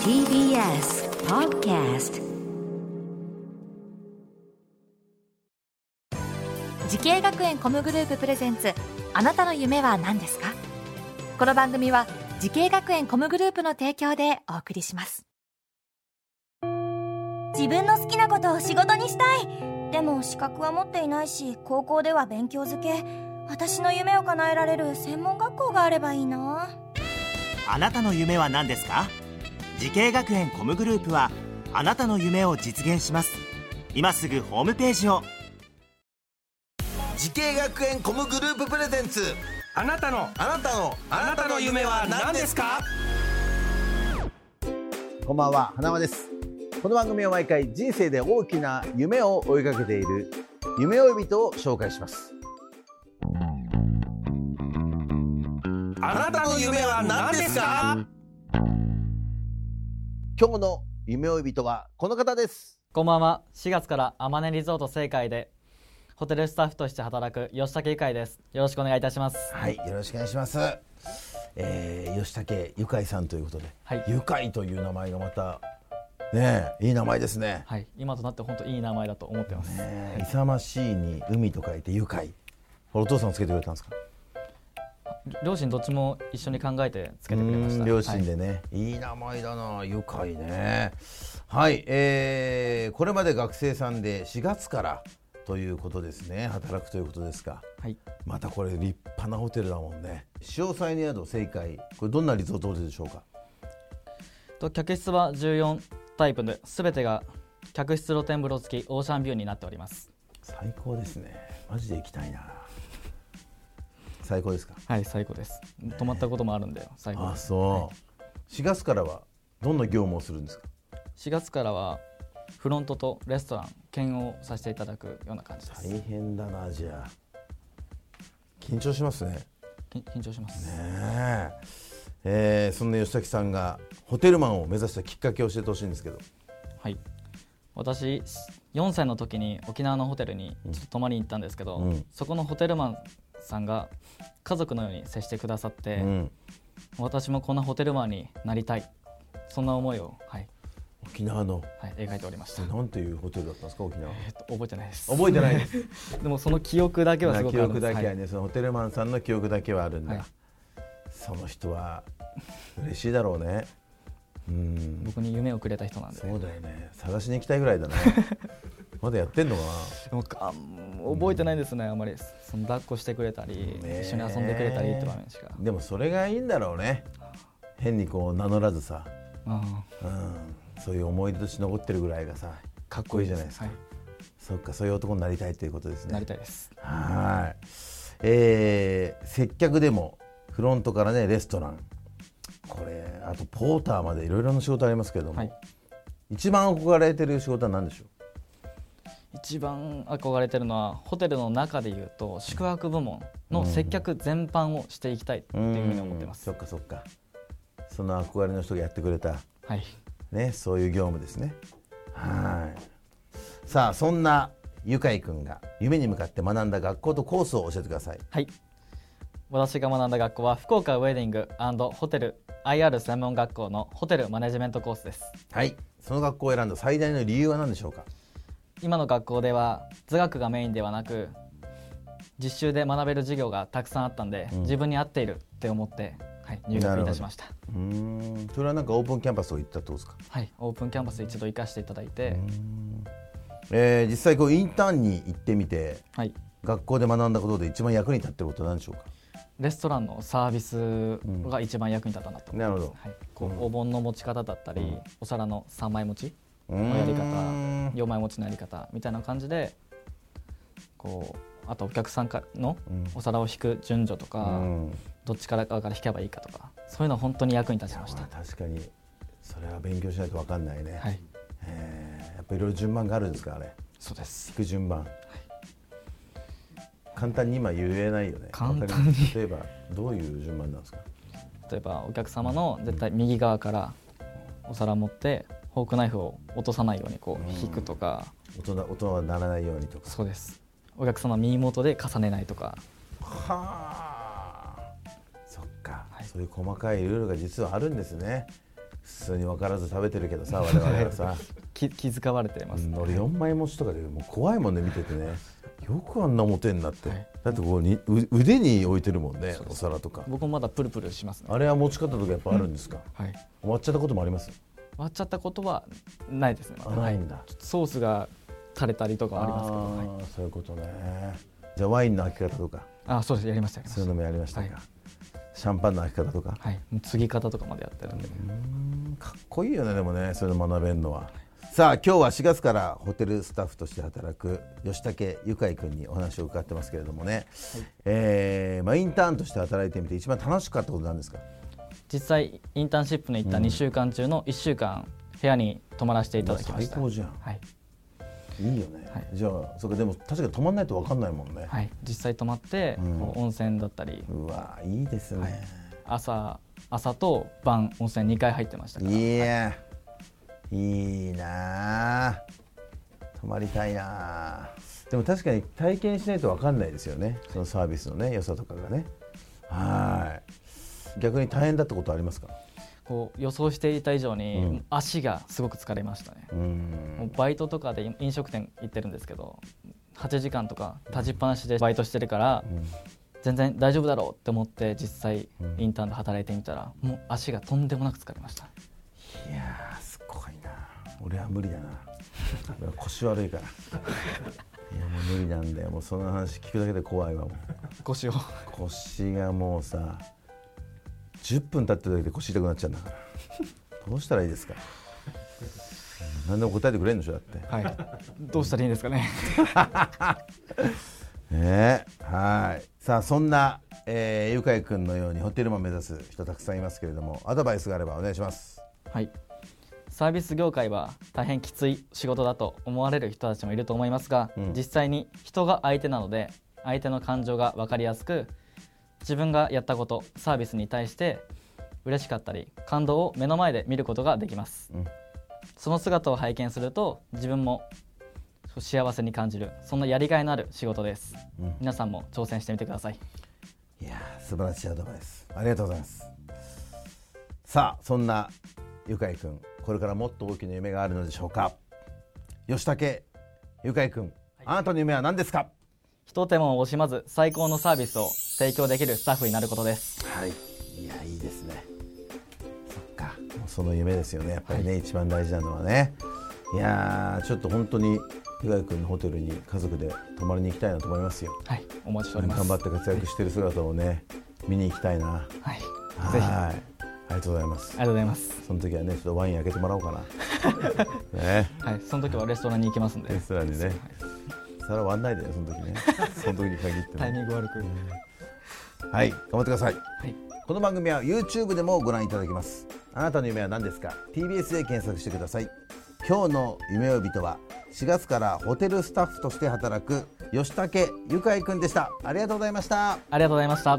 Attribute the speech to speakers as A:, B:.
A: TBS Podcast
B: 時系学園コムグループプレゼンツあなたの夢は何ですかこの番組は時系学園コムグループの提供でお送りします
C: 自分の好きなことを仕事にしたいでも資格は持っていないし高校では勉強づけ私の夢を叶えられる専門学校があればいいな
D: あなたの夢は何ですか時系学園コムグループはあなたの夢を実現します今すぐホームページを
E: 時系学園コムグループプレゼンツ
F: あなたの
E: あなたの
F: あなたの夢は何ですか
G: こんばんは花輪ですこの番組は毎回人生で大きな夢を追いかけている夢追い人を紹介します
F: あなたの夢は何ですか
G: 今日の夢追い人はこの方です
H: こんばんは。4月からアマネリゾート正解でホテルスタッフとして働く吉武ゆかいです。よろしくお願いいたします。
G: はいよろしくお願いします、えー、吉武ゆかいさんということで、
H: はい
G: ゆかいという名前がまたねえいい名前ですね、
H: はい。今となって本当いい名前だと思ってます。
G: ねえ勇ましいに海と書いてゆかいこれお父さんつけてくれたんですか
H: 両親どっちも一緒に考えてつけてくれまし
G: う
H: た。
G: ん両親
H: はい
G: でね、い、い名前だな愉快ねはい、えーこれまで学生さんで4月からということですね働くということですが
H: はい。
G: またこれ立派なホテルだもんね潮騒の宿正解これどんなリゾートホテルでしょうか
H: と客室は14タイプで、すべてが客室露天風呂付きオーシャンビューになっております。
G: 最高ですねマジで行きたいな最高ですか
H: はい、最高です。泊まったこともあるんで最高
G: あ
H: です。
G: そう、4月からはどんな業務をするんですか
H: 4月からはフロントとレストラン兼をさせていただくような感じです。
G: 大変だなじゃあ緊張しますね
H: 緊緊張します。
G: ねええーそんな吉崎さんがホテルマンを目指したきっかけを教えてほしいんですけど
H: はい私4歳の時に沖縄のホテルにちょっと泊まりに行ったんですけど、
G: うん
H: そこのホテルマンさんが家族のように接してくださって、
G: うん
H: 私もこんなホテルマンになりたいそんな思いを、はい
G: 沖縄の
H: はい、描いておりました、
G: なんていうホテルだったんですか沖縄
H: えっと、覚えてないです
G: 覚えてないです
H: でもその記憶だけはすごく
G: 記
H: あるんで
G: 憶
H: す
G: だけ
H: は
G: はいね、そのホテルマンさんの記憶だけはあるんだ、
H: はい
G: その人は嬉しいだろうねうん
H: 僕に夢をくれた人なんで
G: そうだよね探しに行きたいぐらいだ ねまだやってんのか
H: 僕あん覚えてないですねあんまりその抱っこしてくれたり、
G: なね
H: 一緒に遊んでくれたりって場面しか、
G: でもそれがいいんだろうね変にこう名乗らずさ、
H: う
G: う
H: ん
G: ん、そういう思い出として残ってるぐらいがさかっこいいじゃないですか、
H: はい、
G: そっか、そういう男になりたいということですね。
H: なりたいです
G: はい。えー接客でもフロントからねレストラン、これあとポーターまでいろいろな仕事ありますけれども、
H: はい
G: 一番憧れてる仕事は何でしょう。
H: 一番憧れてるのはホテルの中でいうと宿泊部門の接客全般をしていきたいっていうふうに思ってます、
G: そっかそっか。その憧れの人がやってくれた
H: はい
G: ねそういう業務ですね。はい。さあそんなゆかいくんが夢に向かって学んだ学校とコースを教えてください。
H: はい私が学んだ学校は福岡ウェディングホテル IR 専門学校のホテルマネジメントコースです
G: はい。その学校を選んだ最大の理由は何でしょうか。
H: 今の学校では図学がメインではなく実習で学べる授業がたくさんあったんで、自分に合っているって思って、はい、入学いたしました
G: うーんそれはなんかオープンキャンパスを行ったってことですか、
H: はい、オープンキャンパス一度行かせていただいて、
G: えー実際こうインターンに行ってみて
H: はい、
G: 学校で学んだことで一番役に立ってることは何でしょうか
H: レストランのサービスが一番役に立ったなと、
G: なるほど
H: はい、こうお盆の持ち方だったり、お皿の3枚持ちのやり方
G: うーん
H: 4枚持ちのやり方みたいな感じでこうあとお客さんからのお皿を引く順序とか、
G: うん
H: どっちから側から引けばいいかとかそういうのは本当に役に立ちまし
G: ま
H: た
G: あ、確かにそれは勉強しないと分かんないね、
H: はい、
G: えーやっぱいろいろ順番があるんですかあれ
H: そうです
G: 聞く順番、簡単に今言えないよね
H: 簡単に
G: わかります例えばどういう順番なんですか
H: 例えばお客様の絶対右側からお皿持ってフォークナイフを落とさないようにこう引くとか、
G: 大人大人はならないようにとか
H: そうですお客様の耳元で重ねないとか
G: はあそっか、そうそういう細かいルールが実はあるんですね普通に分からず食べてるけどさ我々は さ
H: き気遣われてます、
G: うん俺4枚持ちとかでもう怖いもんね見ててねよくあんな持てんなって、だってこうにう腕に置いてるもんねお皿とか
H: 僕もまだプルプルしますね
G: あれは持ち方とかやっぱあるんですか、
H: はい
G: 終わっちゃったこともあります
H: 割っちゃったことはないですねまだ
G: ないんだ
H: ソースが垂れたりとかはありますけどはい
G: あーそういうことねじゃあワインの開け方とか
H: あそうですやりましたやりま
G: そういう
H: した
G: のもやりましたか、
H: はい
G: シャンパンの開け方とか、
H: はいもう継ぎ方とかまでやってるんで、
G: かっこいいよねでもねそれ学べるのはさあ今日は4月からホテルスタッフとして働く吉武ゆかい君にお話を伺ってますけれどもね、えーまあ、インターンとして働いてみて一番楽しかったことなんですか
H: 実際インターンシップに行った2週間中の1週間部屋に泊まらせていただきました
G: うわ最高じゃん
H: はい、
G: いいよね、
H: はい
G: じゃあそうかでも確かに泊まんないと分かんないもんね、
H: はい、実際泊まって、
G: うん
H: こう温泉だったり
G: うわいいですね、
H: 朝朝と晩温泉2回入ってましたから
G: いや、いいなあ泊まりたいなあでも確かに体験しないと分かんないですよねそのサービスのね良さとかがねはい逆に大変だったことありますか
H: こう予想していた以上に、
G: うん
H: 足がすごく疲れましたね、
G: うん
H: もうバイトとかで飲飲食店行ってるんですけど8時間とか立ちっぱなしでバイトしてるから、全然大丈夫だろうって思って実際インターンで働いてみたら、もう足がとんでもなく疲れました
G: いやあすごいな俺は無理だな俺は腰悪いからいやもう無理なんだよもうその話聞くだけで怖いわもう
H: 腰を
G: 腰がもうさ10分経ってるだけで腰痛くなっちゃうんだから どうしたらいいですか何でも答えてくれるんでしょだってね
H: はい どうしたらいいんですかね
G: えはいさあそんな、えー、ゆかいくんのようにホテルマン目指す人たくさんいますけれどもアドバイスがあればお願いします
H: はいサービス業界は大変きつい仕事だと思われる人たちもいると思いますが、
G: うん
H: 実際に人が相手なので相手の感情が分かりやすく自分がやったことサービスに対して嬉しかったり感動を目の前で見ることができます、
G: うん
H: その姿を拝見すると自分も幸せに感じるそんなやりがいのある仕事です、
G: うん
H: 皆さんも挑戦してみてください
G: いやー素晴らしいアドバイスありがとうございますさあそんなゆかいくんこれからもっと大きな夢があるのでしょうか吉武ゆかいくん、あなたの夢は何ですか
H: ひと手間を惜しまず最高のサービスを提供できるスタッフになることです
G: はい、いやいいですねそっかもうその夢ですよねやっぱりね、一番大事なのはねいやーちょっと本当に岩井君のホテルに家族で泊まりに行きたいなと思いますよ
H: はい、お待ちしており
G: 頑
H: ます。
G: 張って活躍してる姿をね見に行きたいな
H: はい、
G: は
H: ぜひ、
G: い
H: あ
G: ありがとうございます
H: りがとうございます。
G: その時はねちょっとワイン開けてもらおう かなね
H: はい、その時はレストランに行きますんで
G: レ。ストランにね皿割んないでねその時 ねその時に限って
H: タイミ
G: ね
H: ング悪く。
G: はい頑張ってください
H: はい、
G: この番組は YouTube でもご覧いただけますあなたの夢は何ですか TBS で検索してください今日の夢呼人は4月からホテルスタッフとして働く吉武ゆかいくんでしたありがとうございました
H: ありがとうございました。